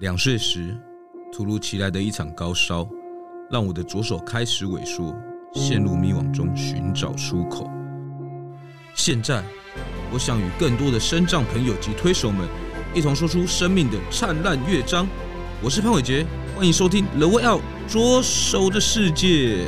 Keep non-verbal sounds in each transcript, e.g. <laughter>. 两岁时，突如其来的一场高烧，让我的左手开始萎缩，陷入迷惘中寻找出口。现在，我想与更多的身障朋友及推手们，一同说出生命的灿烂乐章。我是潘伟杰，欢迎收听《The Way Out 左手的世界》。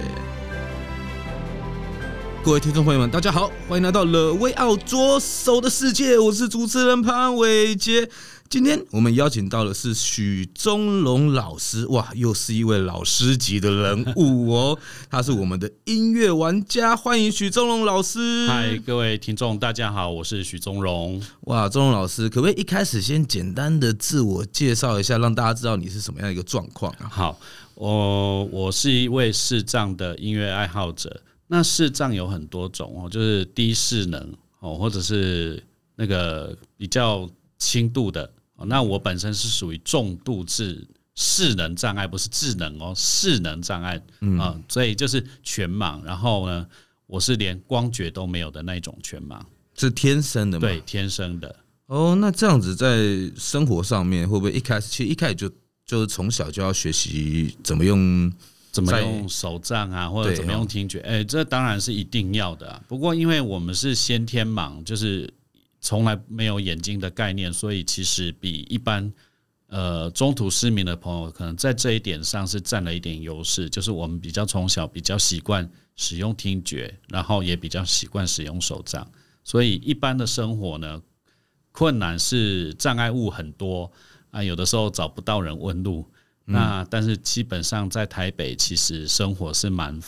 各位听众朋友们，大家好，欢迎来到《The Way Out 左手的世界》，我是主持人潘伟杰。今天我们邀请到的是许宗龙老师，哇，又是一位老师级的人物哦，他是我们的音乐玩家，欢迎许宗龙老师。嗨，各位听众，大家好，我是许宗荣。哇，钟荣老师，可不可以一开始先简单的自我介绍一下，让大家知道你是什么样一个状况啊？好，我我是一位视障的音乐爱好者。那视障有很多种哦，就是低视能哦，或者是那个比较轻度的。哦那我本身是属于重度智视能障碍，不是智能哦，视能障碍啊、所以就是全盲。然后呢，我是连光觉都没有的那一种全盲，是天生的吗？对，。天生的。哦，那这样子在生活上面会不会一开始，其实一开始就就是从小就要学习怎么用？怎么在用手杖啊，或者对怎么哦用听觉？哎、这当然是一定要的、啊。不过，因为我们是先天盲，就是从来没有眼睛的概念，所以其实比一般呃中途失明的朋友，可能在这一点上是占了一点优势。就是我们比较从小比较习惯使用听觉，然后也比较习惯使用手杖，所以一般的生活呢，困难是障碍物很多啊，有的时候找不到人问路。嗯那但是基本上在台北，其实生活是蛮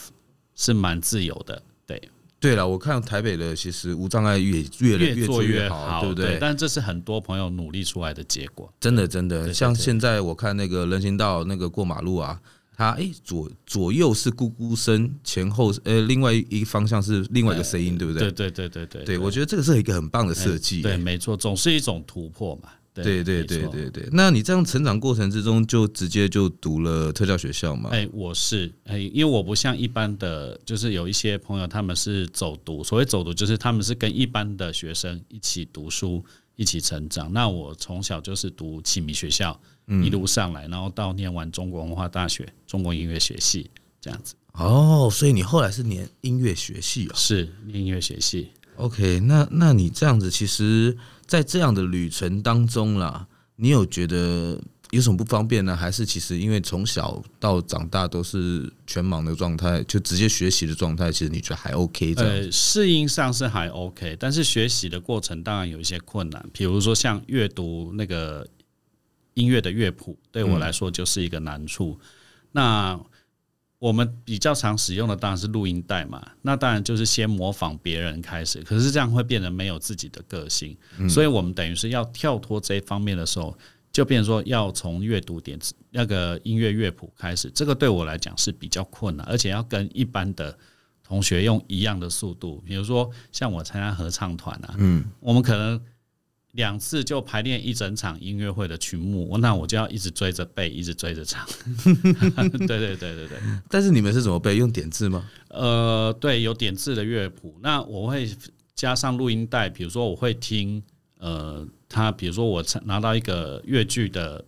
是蛮自由的，对，对了，我看台北的其实无障碍越越来越做做越好，对不对？但这是很多朋友努力出来的结果。真的真的，对像对现在我看那个人行道那个过马路啊，它诶左左右是咕咕声，前后是呃另外一个方向是另外一个声音，对不对？对对对对对哎对，我觉得这个是一个很棒的设计、哎对，没错，总是一种突破嘛。对对没错对对对。那你这样成长过程之中，就直接就读了特教学校嘛？哎、我是哎、因为我不像一般的，就是有一些朋友他们是走读，所谓走读就是他们是跟一般的学生一起读书、一起成长。那我从小就是读启明学校，一路上来，然后到念完中国文化大学、中国音乐学系这样子，哦，所以你后来是念音乐学系哦。是念音乐学系。 OK，那那你这样子，其实，在这样的旅程当中啦，你有觉得有什么不方便呢？还是其实因为从小到长大都是全盲的状态，就直接学习的状态，其实你觉得还 OK 这样？呃，适应上是还 OK，但是学习的过程当然有一些困难，比如说像阅读那个音乐的乐谱，对我来说就是一个难处。那我们比较常使用的当然是录音带嘛，那当然就是先模仿别人开始，可是这样会变得没有自己的个性，所以我们等于是要跳脱这一方面的时候，就变成说要从阅读点子那个音乐乐谱开始，这个对我来讲是比较困难，而且要跟一般的同学用一样的速度，比如说像我参加合唱团啊，嗯，我们可能两次就排练一整场音乐会的曲目，我那我就要一直追着背，一直追着唱， <laughs> 对对对对对。但是你们是怎么背？用点字吗？呃，对，有点字的乐谱，那我会加上录音带，比如说我会听，呃，他比如说我唱拿到一个乐剧的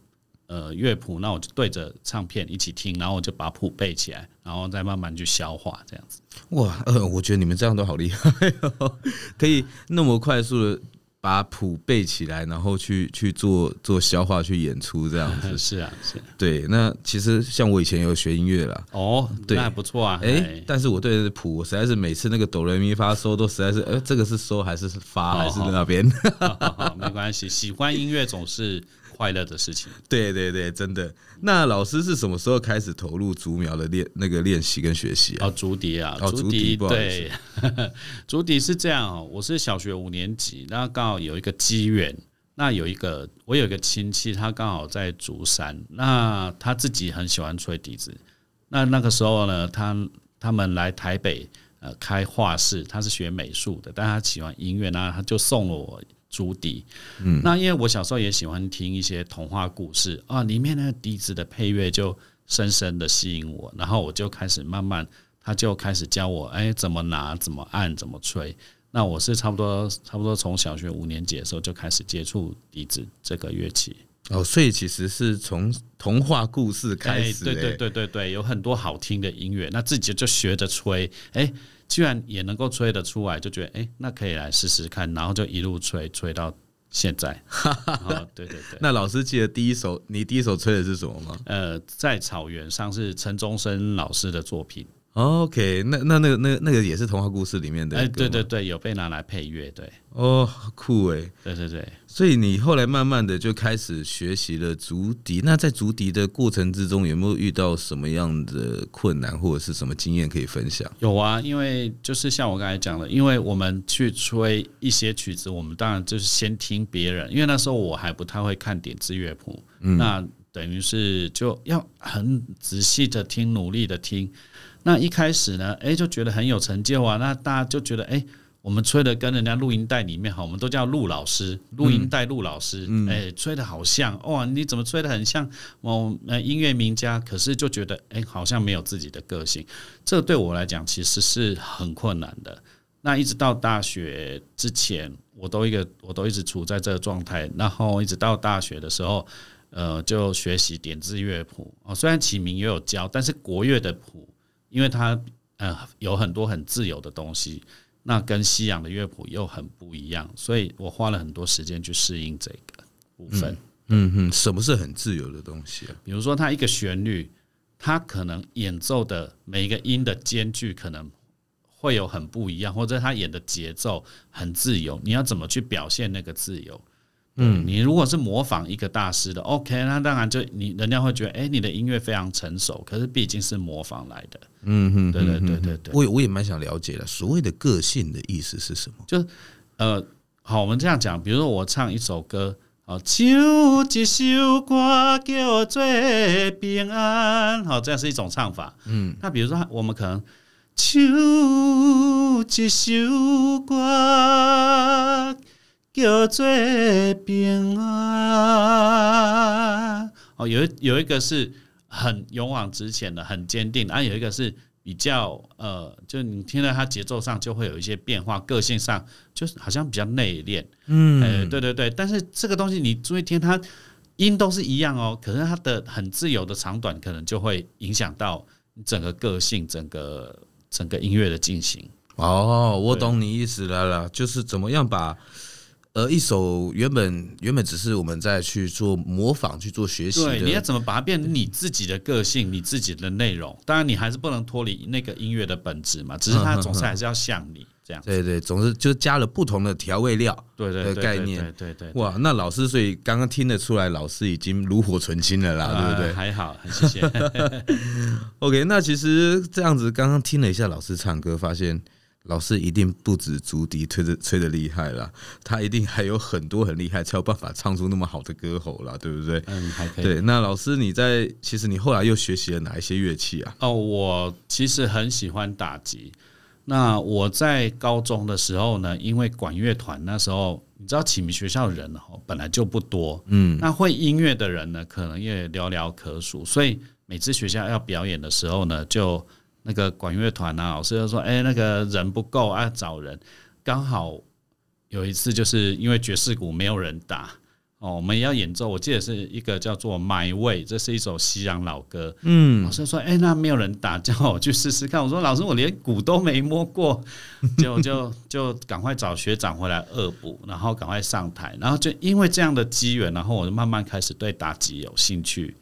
呃乐谱，那我就对着唱片一起听，然后我就把谱背起来，然后再慢慢去消化这样子。 <laughs> 哇，呃，我觉得你们这样都好厉害、哦，可以那么快速的把谱背起来，然后去去做做消化，去演出这样子。是啊，是啊对，那其实像我以前有学音乐啦。哦，对那还不错啊，哎、哎，但是我对着谱，我实在是每次那个哆来咪发嗦都实在是，呃，这个是嗦还是发好还是那边？ <laughs> 好好好没关系，喜欢音乐总是快乐的事情。对对对，真的。那老师是什么时候开始投入竹苗的练那个练习跟学习啊？哦，竹笛啊，哦竹竹笛笛不好意思对， <laughs> 竹笛是这样哦。我是小学五年级，那刚好有一个机缘，那有一个我有一个亲戚，他刚好在竹山，那他自己很喜欢吹笛子。那那个时候呢，他他们来台北呃开画室，他是学美术的，但他喜欢音乐，那他就送了我竹笛。嗯，那因为我小时候也喜欢听一些童话故事啊，里面那个笛子的配乐就深深的吸引我，然后我就开始慢慢，他就开始教我，哎，怎么拿，怎么按，怎么吹。那我是差不多差不多从小学五年级的时候就开始接触笛子这个乐器。哦，所以其实是从童话故事开始、对对哎，对对对，有很多好听的音乐，那自己就学着吹，哎、居然也能够吹得出来，就觉得哎、那可以来试试看，然后就一路吹吹到 <laughs> 现在。然后对对对，那老师记得第一首你第一首吹的是什么吗呃，在草原上是陈宗生老师的作品，哦？OK，那那那个那个那个也是童话故事里面的哎、歌吗，对对对，有被拿来配乐，对哦，好酷哎！对对对。所以你后来慢慢的就开始学习了竹笛，那在竹笛的过程之中，有没有遇到什么样的困难或者是什么经验可以分享？有啊，因为就是像我刚才讲的，因为我们去吹一些曲子，我们当然就是先听别人，因为那时候我还不太会看点字乐谱，那等于是就要很仔细的听，努力的听。那一开始呢，哎、就觉得很有成就啊，那大家就觉得，哎、我们吹的跟人家录音带里面哈，我们都叫陆老师，录音带陆老师，哎、吹的好像，哇，你怎么吹的很像某呃音乐名家？可是就觉得，哎、好像没有自己的个性。这对我来讲其实是很困难的。那一直到大学之前，我都一个我都一直处在这个状态，然后一直到大学的时候，呃，就学习点字乐谱哦。虽然启明也有教，但是国乐的谱，因为它呃有很多很自由的东西，那跟西洋的乐谱又很不一样，所以我花了很多时间去适应这个部分。嗯哼，什么是很自由的东西啊？比如说它一个旋律，它可能演奏的每一个音的间距可能会有很不一样，或者它演的节奏很自由，你要怎么去表现那个自由？嗯，你如果是模仿一个大师的，OK，那当然就你人家会觉得，哎、你的音乐非常成熟，可是毕竟是模仿来的。嗯哼，对对对对对，我也我也蛮想了解的，所谓的个性的意思是什么？呃，好，我们这样讲，比如说我唱一首歌，好，唱一首歌叫做平安，好，这样是一种唱法。嗯，那比如说我们可能唱一首歌叫做平安，哦，有一有一个是很勇往直前的，很坚定的，啊，有一个是。比较呃，就你听到它节奏上就会有一些变化，个性上就是好像比较内敛，嗯，对对对，但是这个东西你注意听，它音都是一样哦，可是它的很自由的长短，可能就会影响到你整个个性、整个整个音乐的进行。哦，我懂你意思了啦，就是怎么样把呃一首原本原本只是我们在去做模仿、去做学习对，你要的，怎么把它变成你自己的个性、你自己的内容？当然，你还是不能脱离那个音乐的本质嘛，只是它总是还是要像你这样。对对，总之就加了不同的调味料。对对的对对概念对对对对，哇，那老师，所以刚刚听得出来，老师已经炉火纯青了啦，啊对不对呃？还好，<laughs> 很谢谢。 OK，那其实这样子，刚刚听了一下老师唱歌，发现老师一定不止竹笛吹的吹的厉害啦，他一定还有很多很厉害，才有办法唱出那么好的歌喉啦，对不对？嗯，还可以。对，那老师你在其实你后来又学习了哪一些乐器啊？哦，我其实很喜欢打击。那我在高中的时候呢，因为管乐团那时候，你知道启明学校人哦本来就不多，嗯，那会音乐的人呢，可能也寥寥可数，所以每次学校要表演的时候呢，就那个管乐团啊，老师就说，哎、那个人不够啊，找人。刚好有一次就是因为爵士鼓没有人打。哦，我们要演奏，我记得是一个叫做《My Way》，这是一首西洋老歌。老师说：“哎、那没有人打，叫我去试试看。” <laughs> 我说：“老师，我连鼓都没摸过， <laughs> 就就就赶快找学长回来恶补，然后赶快上台。然后就因为这样的机缘，然后我就慢慢开始对打击有兴趣，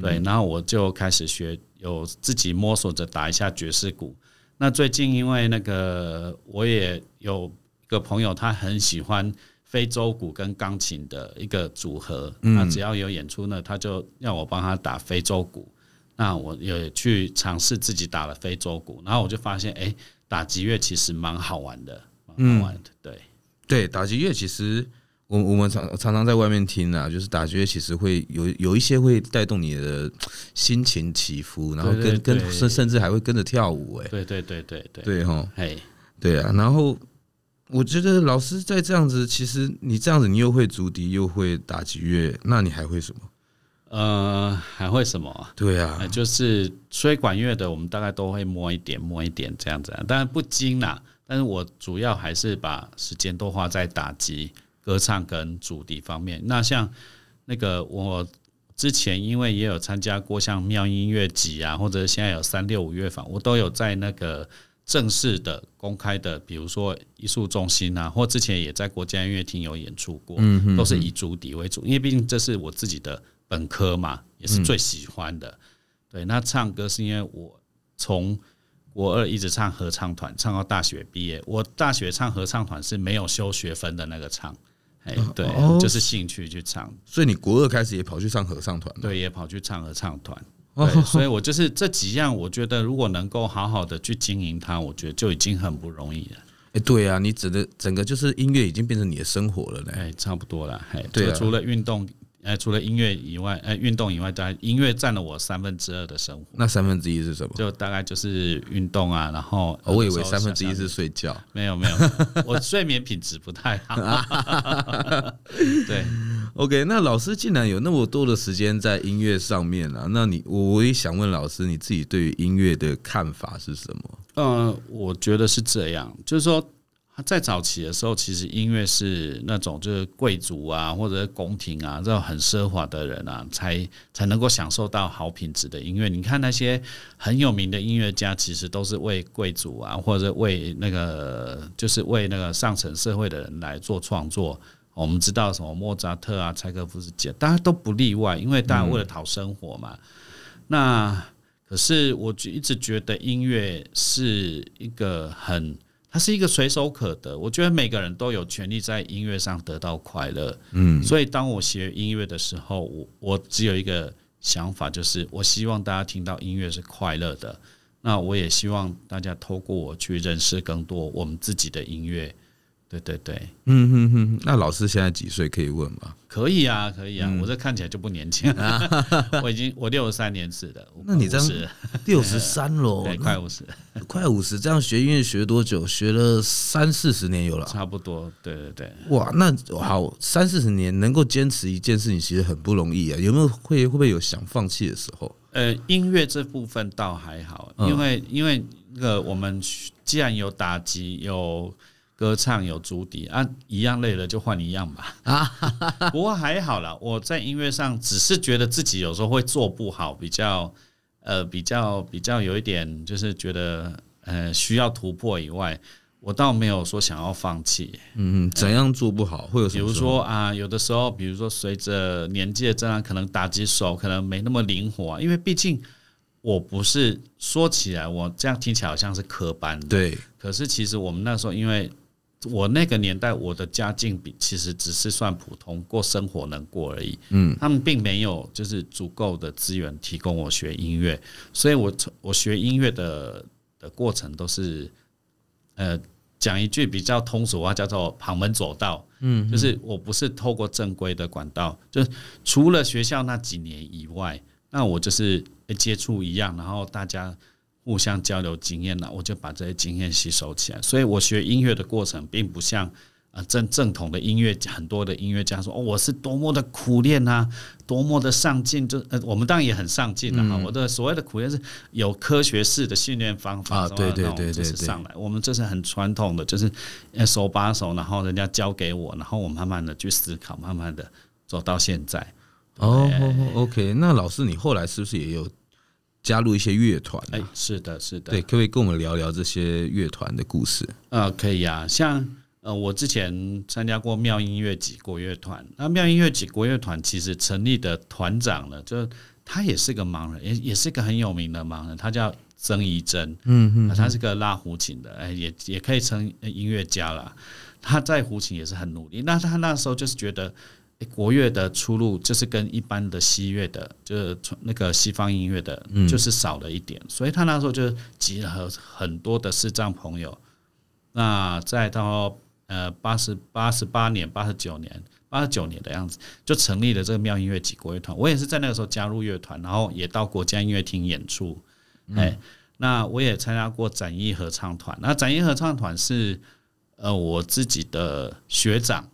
对，然后我就开始学，有自己摸索着打一下爵士鼓。那最近因为那个我也有一个朋友，他很喜欢。”非洲鼓跟钢琴的一个组合，那只要有演出呢，他就让我帮他打非洲鼓。那我也去尝试自己打了非洲鼓，然后我就发现，哎、打击乐其实蛮好玩的，蛮好玩的。对，对，打击乐其实我我们常常常在外面听啊，就是打击乐其实会有有一些会带动你的心情起伏，然后跟对对跟对甚甚至还会跟着跳舞、欸，哎，对对对对对，对哈。嘿，对啊，然后我觉得老师在这样子，其实你这样子，你又会竹笛，又会打击乐，那你还会什么？呃，还会什么啊？对啊，呃就是吹管乐的，我们大概都会摸一点，摸一点这样子啊，当然不精啦。但是我主要还是把时间都花在打击、歌唱跟主题方面。那像那个我之前因为也有参加过像妙音乐集啊，或者现在有三六五乐坊，我都有在那个正式的、公开的，比如说艺术中心啊，或之前也在国家音乐厅有演出过，嗯都是以主底为主，因为毕竟这是我自己的本科嘛，也嗯是最喜欢的。对，那唱歌是因为我从国二一直唱合唱团，唱到大学毕业。我大学唱合唱团是没有修学分的那个唱，哎，对，哦就是兴趣去唱，所以你国二开始也跑去上合唱团了。对，也跑去唱合唱团。哦对，所以我就是这几样，我觉得如果能够好好的去经营它，我觉得就已经很不容易了。 <laughs> 哎，对啊，你整个整个就是音乐已经变成你的生活了嘞。哎，差不多了。哎，对啊就除了运动，哎，除了音乐以外，哎，运动以外，当然音乐占了我三分之二的生活，那三分之一是什么？就大概就是运动啊，然后哦我以有为时候三分之想一想是睡觉。没有没有，我睡眠品质不太好。 <laughs> 对， OK，那老师既然有那么多的时间在音乐上面啊，那你我我也想问老师，你自己对于音乐的看法是什么？嗯、我觉得是这样，就是说在早期的时候，其实音乐是那种就是贵族啊，或者是宫廷啊这种很奢华的人啊，才才能够享受到好品质的音乐。你看那些很有名的音乐家，其实都是为贵族啊，或者为那个就是为那个上层社会的人来做创作。我们知道什么莫扎特啊、柴可夫斯基啊，大家都不例外，因为大家为了讨生活嘛。那可是我就一直觉得音乐是一个很，它是一个随手可得。我觉得每个人都有权利在音乐上得到快乐。嗯，所以当我学音乐的时候，我我只有一个想法，就是我希望大家听到音乐是快乐的。那我也希望大家透过我去认识更多我们自己的音乐。对对对，嗯哼哼，那老师现在几岁可以问吗？可以啊，可以啊，嗯我这看起来就不年轻了， <laughs> 我已经我六十三年次的，那你这样是 <laughs> 六十三喽对，快五十。快五十，这样学音乐学多久？学了三四十年有了。差不多，对对对，哇，那好，三四十年能够坚持一件事情，其实很不容易啊。有没有会会不会有想放弃的时候？呃，音乐这部分倒还好，嗯因为、因为那个我们既然有打击，有歌唱，有主笛啊，一样累了就换一样吧。啊，不过还好啦，我在音乐上只是觉得自己有时候会做不好，比较呃比较比较有一点就是觉得呃需要突破以外，我倒没有说想要放弃。嗯嗯，怎样做不好会有什比么？如，说啊，有的时候，比如说随着年纪的增长，可能打击手可能没那么灵活、啊因为毕竟我不是说起来，我这样听起来好像是科班的，对，可是其实我们那时候，因为我那个年代，我的家境比其实只是算普通，过生活能过而已。嗯，他们并没有就是足够的资源提供我学音乐，所以我从我学音乐的的过程都是，呃，讲一句比较通俗话，叫做旁门左道。嗯，就是我不是透过正规的管道，就是除了学校那几年以外，那我就是呃接触一样，然后大家互相交流经验了，我就把这些经验吸收起来。所以我学音乐的过程，并不像呃正正统的音乐家很多的音乐家说哦，我是多么的苦练啊，多么的上进，就呃我们当然也很上进嗯了哈。我的所谓的苦练是有科学式的训练方法啊什么对的对那种对对就是对上来，我们这是很传统的，就是呃手把手，然后人家教给我，然后我慢慢的去思考，慢慢的走到现在。哦，OK，那老师你后来是不是也有加入一些乐团啊、哎，是的，是的，对，可不可以跟我们聊聊这些乐团的故事？呃，可以啊，像呃，我之前参加过妙音乐集国乐团，那妙音乐集国乐团其实成立的团长呢，就是他也是个盲人，也也是个很有名的盲人，他叫曾怡珍，嗯嗯，他是个拉胡琴的，哎，也也可以称呃音乐家啦。他在胡琴也是很努力，那他那时候就是觉得。哎国乐的出路就是跟一般的西乐的，就是传那个西方音乐的，就是少了一点，所以他那时候就集合很多的视障朋友，那再到呃八十八十八年、八十九年、八十九年的样子，就成立了这个妙音乐集国乐团。我也是在那个时候加入乐团，然后也到国家音乐厅演出。哎、那我也参加过展艺合唱团。那展艺合唱团是呃我自己的学长，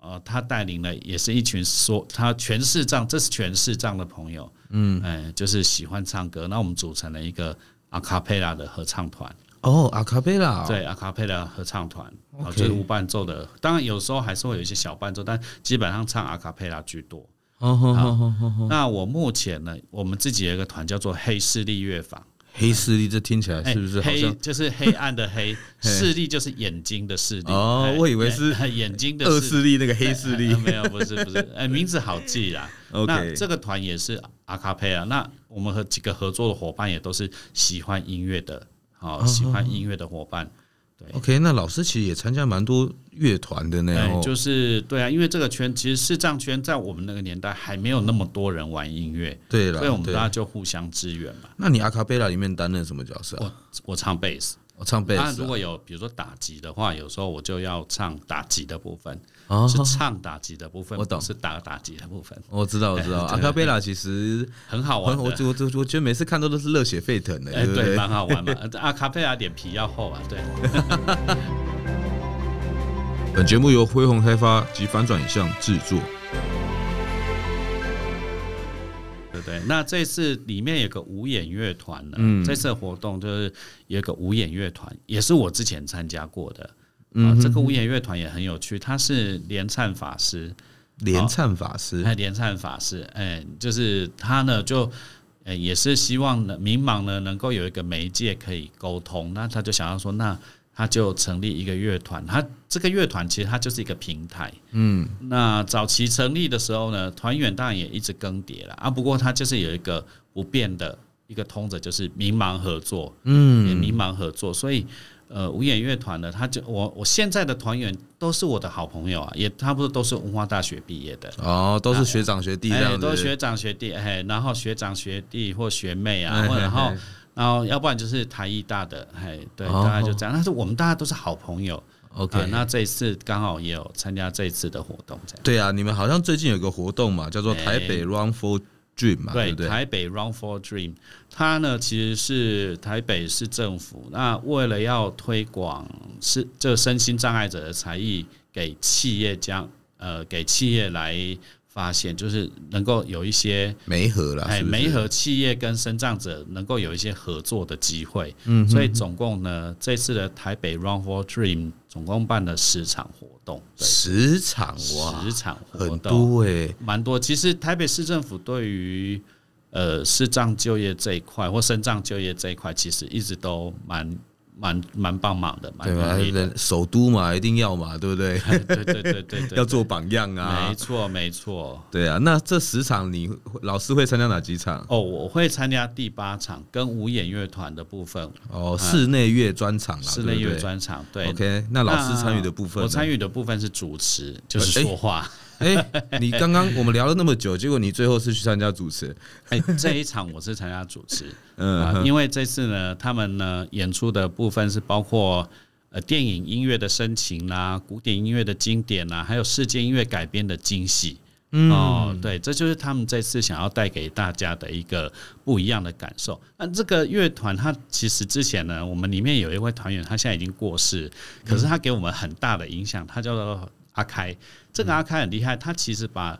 呃，他带领了也是一群说他全视障，这是全视障的朋友，嗯，哎、就是喜欢唱歌。那我们组成了一个阿卡贝拉的合唱团。哦，阿卡贝拉，，对阿卡贝拉啊合唱团，啊然后 OK 就是无伴奏的，当然有时候还是会有一些小伴奏，但基本上唱阿卡贝拉居多。好好好好好好，那我目前呢，我们自己有一个团叫做黑势力乐坊，黑势力这听起来哎是不是好黑像就是黑暗 <laughs> 的黑，势力就是眼睛的势力。哦哎我以为哎是哎 <laughs> 眼睛的恶势力势力那个黑势力哎没有，<laughs> 不是不是，哎，名字好记啦。那？OK，这个团也是阿卡贝拉，那我们和几个合作的伙伴也都是喜欢音乐的，嗯好、喜欢音乐的伙伴。 OK，那老师其实也参加蛮多乐团的呢，对，哦哎就是对啊，因为这个圈其实视障圈在我们那个年代还没有那么多人玩音乐，对了，所以我们对大家就互相支援嘛。那你阿卡贝拉里面担任什么角色啊？我我唱贝斯，我唱贝当然斯啊如果有比如说打击的话，有时候我就要唱打击的部分，啊，是哦唱打击的部分，我懂不是打打击的部分， <laughs> 我知道，我知道，阿 <laughs> 对卡贝拉其实很好 <laughs> 玩很，我我的。我我觉得每次看到都是热血沸腾的，哎，对不对，对？ <laughs> 蛮好玩嘛。阿卡贝拉脸皮要厚啊，对。本节目由恢宏开发及反转影像制作。对对，那这次里面有个五眼乐团呢，嗯这次的活动就是有个五眼乐团，也是我之前参加过的。啊，这个五眼乐团也很有趣，他是连灿法师，连灿法师哎，连灿法师，哎，就是他呢就。哎也是希望呢，民盲呢能够有一个媒介可以沟通，那他就想要说，那他就成立一个乐团。他这个乐团其实它就是一个平台，嗯，那早期成立的时候呢，团员当然也一直更迭了啊，不过它就是有一个不变的一个通则，就是民盲合作，嗯，也民盲合作，所以。呃，五眼乐团呢，他就我我现在的团员都是我的好朋友啊，也差不多都是文化大学毕业的，哦，都是学长学弟这哎，样子，都学长学弟，哎，然后学长学弟或学妹啊，哎或然后哎然后要不然就是台艺大的，哎，对，哦大概就这样。但是我们大家都是好朋友 <laughs> 啊 OK。那这一次刚好也有参加这一次的活动，这样。对啊，你们好像最近有个活动嘛，叫做台北 Run for Dream 嘛，对不对？哎台北 Round for Dream，它呢其实是台北市政府，那为了要推广是这身心障碍者的才艺给企业家，呃，给企业来发现，就是能够有一些梅河啦，哎，啊是不是媒和企业跟生长者能够有一些合作的机会。嗯，所以总共呢，这次的台北 Run for Dream 总共办了十场活动，对，十场哇，十场活很动，多哎，蛮多。其实台北市政府对于呃视障就业这一块或生障就业这一块，其实一直都蛮蛮蛮帮忙的，蛮对吧？努力的。人首都嘛，一定要嘛，对不对？ <laughs> 对对对对 <laughs> 对，要做榜样啊没，错没错。对啊。那这十场你老师会参加哪几场？哦，我会参加第八场跟五眼乐团的部分，哦，室内乐专场啦，嗯室对内不乐对哦专场，对 OK，那老师参与的部分呢，我参与的部分是主持，就是哎说话。哎、你刚刚我们聊了那么久，结果你最后是去参加主持，哎、这一场我是参加主持，嗯啊，因为这次呢，他们呢演出的部分是包括呃电影音乐的深情啦、古典音乐的经典啦、还有世界音乐改编的惊喜。嗯、哦，对，这就是他们这次想要带给大家的一个不一样的感受。那这个乐团，它其实之前呢，我们里面有一位团员，他现在已经过世，可是他给我们很大的影响，他叫做阿开。这个阿开很厉害，他其实把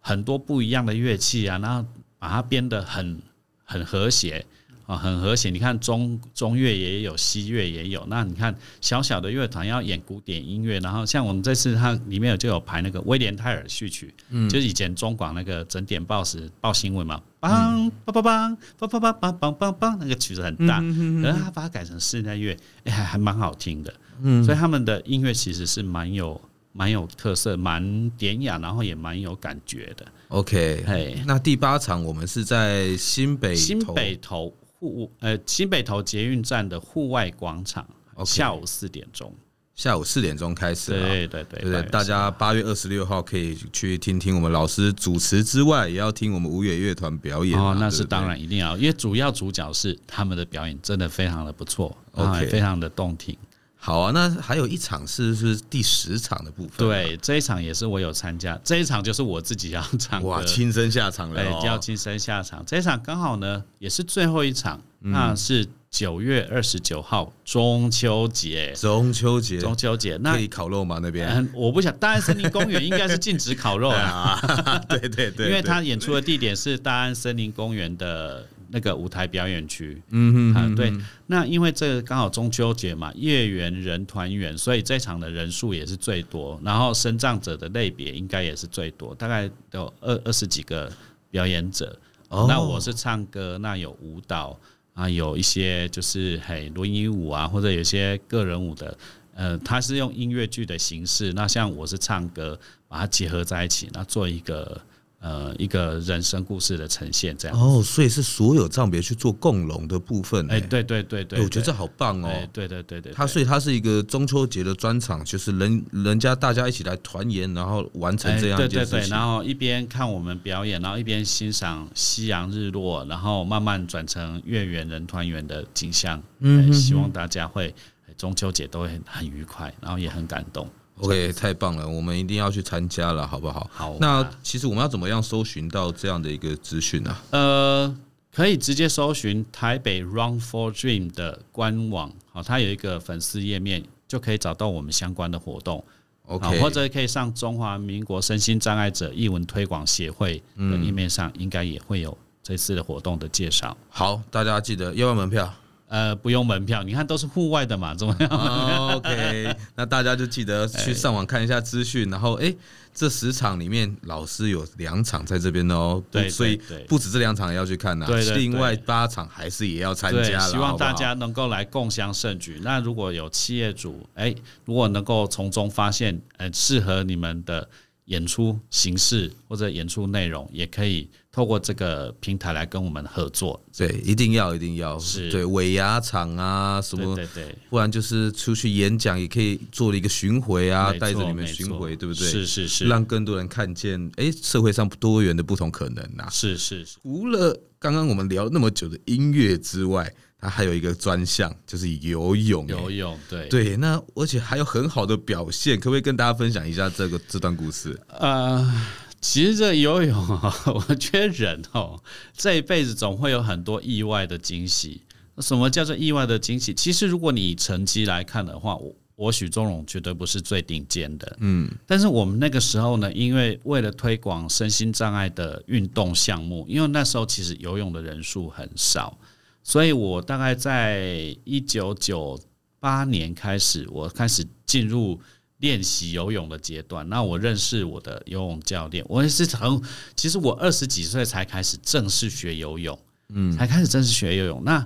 很多不一样的乐器啊，然后把它编得很很和谐啊，很和谐。你看中中乐也有，西乐也有。那你看小小的乐团要演古典音乐，然后像我们这次它里面有就有排那个威廉泰尔序曲，嗯，就是以前中广那个整点报时报新闻嘛，梆梆梆梆梆梆梆梆梆梆梆，那个曲子很大，然后他把它改成室内乐，哎，还还蛮好听的。嗯，所以他们的音乐其实是蛮有。蛮有特色，蛮典雅，然后也蛮有感觉的。 OK，嘿那第八场我们是在新北新投北投户呃新北投捷运站的户外广场 OK 下午四点钟，下午四点钟开始啊。对对对对不对？概大家八月二十六号可以去听听我们老师主持之外，也要听我们五野乐团表是演啊哦，那是对不对当然一定要，因为主要主角是他们的表演真的非常的不错， OK 然后也非常的动听。好啊，那还有一场是是第十场的部分。，对，这一场也是我有参加，这一场就是我自己要唱哇，歌，哎亲身下场了、对，哦。要晋升下场。这一场刚好呢，也是最后一场，嗯那是九月二十九号中秋节，中秋节中秋节那可。以烤肉吗？那 <laughs> 边？嗯，我不想，大安森林公园应该是 <laughs> 禁止烤肉啦， <laughs> 啊，对对对，因对为他演出的地点是大安森林公园的那个舞台表演区。嗯啊对，那因为这个刚好中秋节嘛，月圆人团圆，所以这场的人数也是最多，然后身障者的类别应该也是最多，大概有二二十几个表演者。哦那我是唱歌，那有舞蹈啊，有一些就是嘿轮椅舞啊，或者有些个人舞的。呃，它是用音乐剧的形式，那像我是唱歌，把它结合在一起，那做一个呃一个人生故事的呈现，这样。哦，所以是所有障别去做共融的部分哎、哎、对对对对对我觉得这好棒哎哦。对对对对，它对所以它是一个中秋节的专场，就是人人家大家一起来团圆，然后完成这样哎一对件对事对，情。然后一边看我们表演，然后一边欣赏夕阳日落，然后慢慢转成月圆人团圆的景象。嗯、希望大家会哎中秋节都会很很愉快，然后也很感动。 OK，太棒了，我们一定要去参加了，好不好？好啊那其实我们要怎么样搜寻到这样的一个资讯啊呢？呃，可以直接搜寻台北 Run for Dream 的官网，好、它有一个粉丝页面，就可以找到我们相关的活动。好， OK，或者可以上中华民国身心障碍者译文推广协会的嗯页面上，应该也会有这次的活动的介绍。好，大家记得要不要门 <laughs> 票呃，不用门票，你看都是户外的嘛，怎么样？哦？OK，那 <laughs> 大家就记得去上网看一下资讯，然后哎、这十场里面老师有两场在这边哦，不对对所以对不止这两场要去看呐、啊对对对另外八场还是也要参加对，啦希好望不好大家能够来共襄盛举。那如果有企业主，哎、如果能够从中发现，呃，适合你们的演出形式或者演出内容，也可以透过这个平台来跟我们合作。对，一定要一定要是对尾牙场啊什对么。对对，不然就是出去演讲，也可以做了一个巡回啊，没带着错你们没巡错回，对不对？是是是，让更多人看见，哎、社会上多元的不同可能啊。是是是，除了刚刚我们聊那么久的音乐之外，它还有一个专项就是游泳、诶游泳对。对，那而且还有很好的表现，可不可以跟大家分享一下这个这段故事？呃，其实这游泳啊， <laughs> 我觉得人哦，这一辈子总会有很多意外的惊喜。什么叫做意外的惊喜？其实如果你以成绩来看的话，我我许宗荣绝对不是最顶尖的，嗯。但是我们那个时候呢，因为为了推广身心障碍的运动项目，因为那时候其实游泳的人数很少，所以我大概在一九九八年开始，我开始进入练习游泳的阶段。那我认识我的游泳教练，我也是从其实我二十几岁才开始正式学游泳，嗯，才开始正式学游泳。那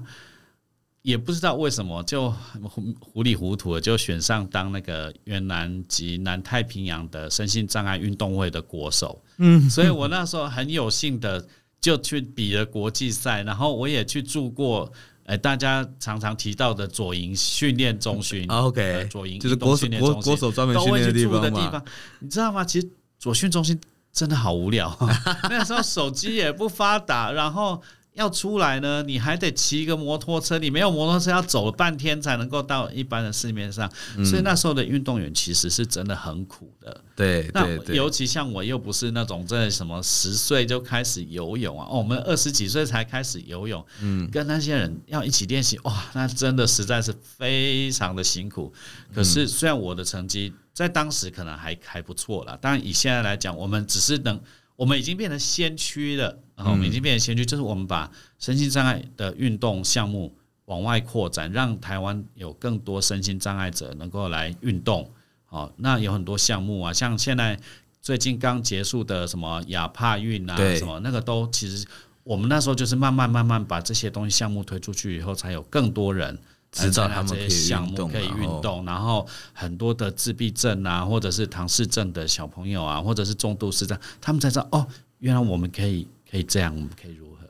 也不知道为什么，就糊糊里糊涂的就选上当那个越南及南太平洋的身心障碍运动会的国手。嗯，所以我那时候很有幸的就去比了国际赛，然后我也去住过。呃，大家常常提到的左营训练中心啊，OK，呃左营就是运动国手训练国中心国手专门都训会练去地住的嘛。方，你知道吗？其实左训中心真的好无聊、 <laughs> 那时候手机也不发达，然后要出来呢，你还得骑一个摩托车，你没有摩托车要走半天才能够到一般的市面上，所以那时候的运动员其实是真的很苦的。对那对对，尤其像我又不是那种真的什么十岁就开始游泳啊，哦，我们二十几岁才开始游泳，嗯，跟那些人要一起练习，哇，那真的实在是非常的辛苦。可嗯是虽然我的成绩在当时可能还还不错啦，当然以现在来讲，我们只是能，我们已经变成先驱了，然后我们已经变成先驱，就是我们把身心障碍的运动项目往外扩展，让台湾有更多身心障碍者能够来运动。哦，那有很多项目啊，像现在最近刚结束的什么亚帕运啊，对什么那个都其实我们那时候就是慢慢慢慢把这些东西项目推出去以后，才有更多人知道他们参加这些项目可可以以运动啊哦运动，然后很多的自闭症啊，或者是唐氏症的小朋友啊，或者是重度失障，他们才知道哦，原来我们可以可以这样，我们可以如何？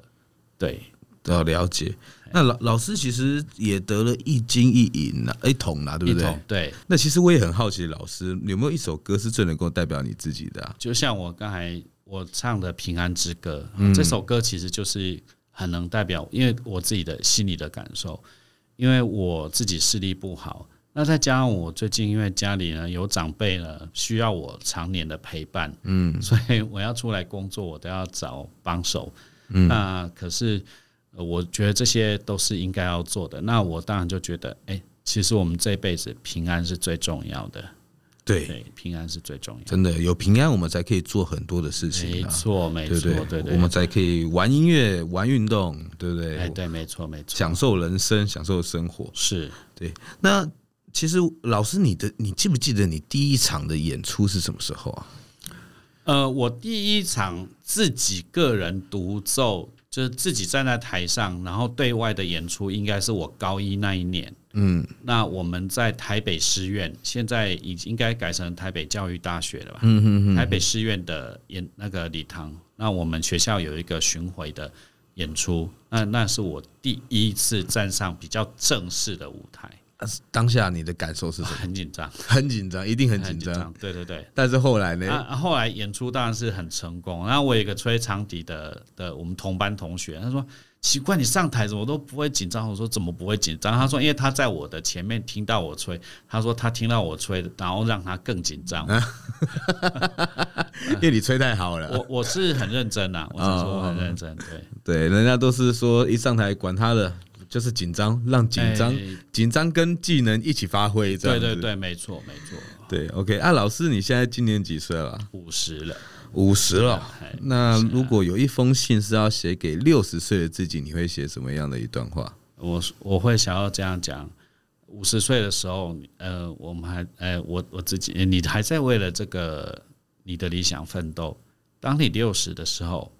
对，都要了解。哎那老老师其实也得了一金一银呐、一铜啦、对一不对同？对，那其实我也很好奇，老师有没有一首歌是最能够代表你自己的、啊？就像我刚才我唱的《平安之歌》嗯这首歌其实就是很能代表，因为我自己的心里的感受，因为我自己视力不好，那再加上我最近因为家里呢有长辈呢需要我常年的陪伴，嗯，所以我要出来工作，我都要找帮手，嗯，那可是呃我觉得这些都是应该要做的，那我当然就觉得，哎、其实我们这辈子平安是最重要的，对，对，平安是最重要的。真的有平安，我们才可以做很多的事没情、啊，错，没对错，不对对？对我们才可以玩音乐、玩运动，对不对？哎，对，没错，没错，享受人生，享受生活。是那其实老师，你的你记不记得你第一场的演出是什么时候啊？呃，我第一场自己个人独奏，就是自己站在台上，然后对外的演出，应该是我高一那一年。嗯，那我们在台北师院，现在已经应该改成台北教育大学了吧？嗯嗯嗯。台北师院的演那个礼堂，那我们学校有一个巡回的演出，那那是我第一次站上比较正式的舞台，啊当下你的感受是什么？很紧张，很紧张，一定很紧张。，对对对。但是后来呢？啊，后来演出当然是很成功。然后我有一个吹长笛的的我们同班同学，他说奇怪，你上台怎么都不会紧张？我说怎么不会紧张？他说因为他在我的前面听到我吹，他说他听到我吹，然后让他更紧张。啊因为你吹太好了，啊我我是很认真啊，我是哦说我很认真，对，对，人家都是说一上台管他的，就是紧张，让紧张哎紧张跟技能一起发挥，这样对子对对，没错没错，对，OK 啊，老师，你现在今年几岁了？五十了，五十了哎。那如果有一封信是要写给六十岁的自己，你会写什么样的一段话？我我会想要这样讲。五十岁的时候，呃，我们还，呃，我我自己，你还在为了这个你的理想奋斗。当你六十的时候，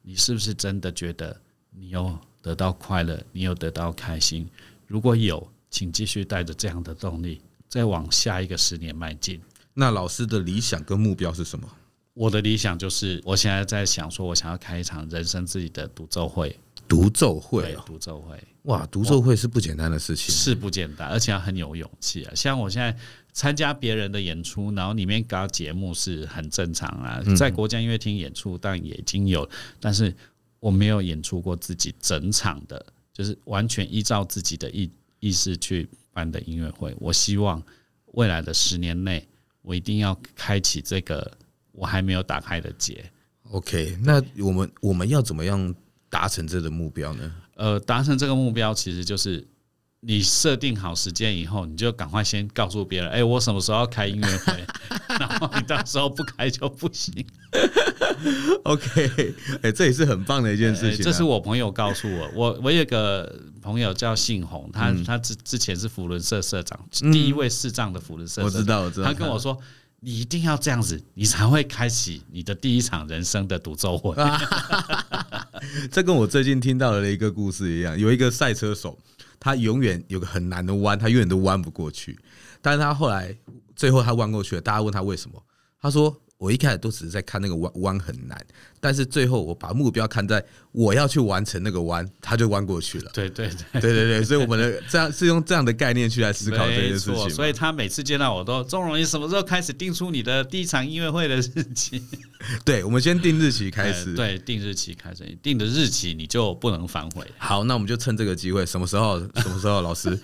你是不是真的觉得你有得到快乐，你有得到开心？如果有，请继续带着这样的动力，再往下一个十年迈进。那老师的理想跟目标是什么？我的理想就是，我现在在想说，我想要开一场人生自己的独奏会，独奏会，对哦，独奏会。哇，独奏会是不简单的事情。是不简单，而且要很有勇气啊。像我现在参加别人的演出，然后里面搞节目是很正常啊。在国家音乐厅演出，但也已经有，但是我没有演出过自己整场的，就是完全依照自己的意意识去办的音乐会。我希望未来的十年内，我一定要开启这个我还没有打开的结。 OK，那我们我们要怎么样达成这个目标呢？呃，达成这个目标其实就是你设定好时间以后，你就赶快先告诉别人，哎、我什么时候要开音乐会， <laughs> 然后你到时候不开就不行。 OK，哎、 <laughs> 这也是很棒的一件事哎情啊、这是我朋友告诉我，我我有个朋友叫信宏，他、嗯他之之前是福伦社社长，第一位视障的福伦社我社长知，道，我知道。他跟我说。你一定要这样子，你才会开启你的第一场人生的独奏会。啊这跟我最近听到的一个故事一样，有一个赛车手，他永远有个很难的弯，他永远都弯不过去。但是他后来最后他弯过去了，大家问他为什么，他说：“我一开始都只是在看那个弯弯很难，但是最后我把目标看在我要去完成那个弯，他就弯过去 <laughs> 了。”对对对对，对对，所以我们的这样是用这样的概念去来思考这件没事错，情。所以他每次见到我都，钟荣，你什么时候开始定出你的第一场音乐会的日期？对，我们先定日期开始。呃。 <laughs> 对，定日期开始，定的日期你就不能反悔 <laughs> 好，那我们就趁这个机会，什么时候？ <laughs> 什么时候？老师，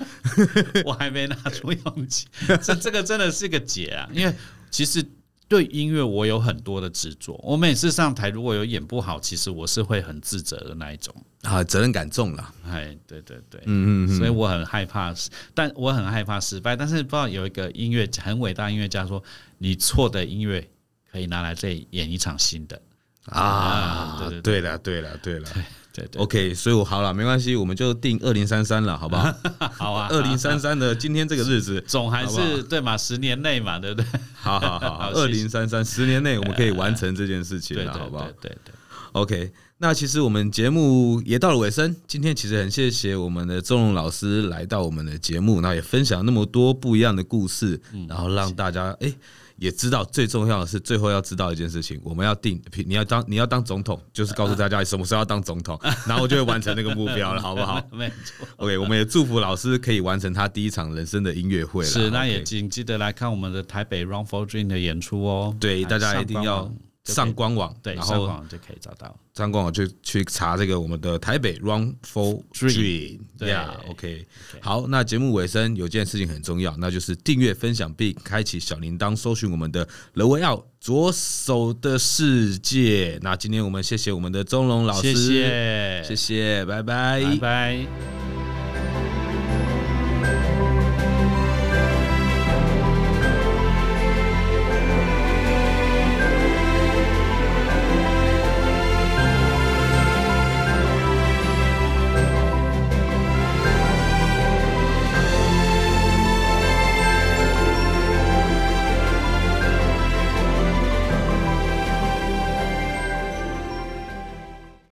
我还没拿出勇气， <laughs> 这这个真的是个解啊！因为其实对音乐我有很多的执着，我每次上台如果有演不好，其实我是会很自责的那一种。啊，责任感重了。哎，对对对，嗯嗯嗯，所以我很害怕，但我很害怕失败。但是不知道有一个音乐很伟大音乐家说，你错的音乐可以拿来这里演一场新的。啊，对对对了，对了，对了对对， ，OK，所以我好了，没关系，我们就定二零三三了，好不 <laughs> 好？好啊，二零三三的今天这个日子，总还好不是对嘛，十年内嘛，对不对？好好好，好二谢谢零三三十年内我们可以完成这件事情对对了，好不好对对对。 ？OK，那其实我们节目也到了尾声，今天其实很谢谢我们的钟荣老师来到我们的节目，然后也分享那么多不一样的故事，嗯然后让大家哎。也知道最重要的是，最后要知道一件事情，我们要定，你要当你要当总统，就是告诉大家什么时候要当总 <laughs> 统，然后就会完成那个目标了，好不好？没错， OK，我们也祝福老师可以完成他第一场人生的音乐会了。是那 OK 也请记得来看我们的台北 Run for Dream 的演出哦。对，哎大家一定要上官网就可上官网，以对，然上后网就可以找到。上官网就去查这个我们的台北 Run for Dream Dream，。对 OK，好，那节目尾声有件事情很重要，那就是订阅、分享并开启小铃铛，搜寻我们的罗维奥左手的世界。那今天我们谢谢我们的钟龙老谢师，谢，谢谢，拜拜拜拜。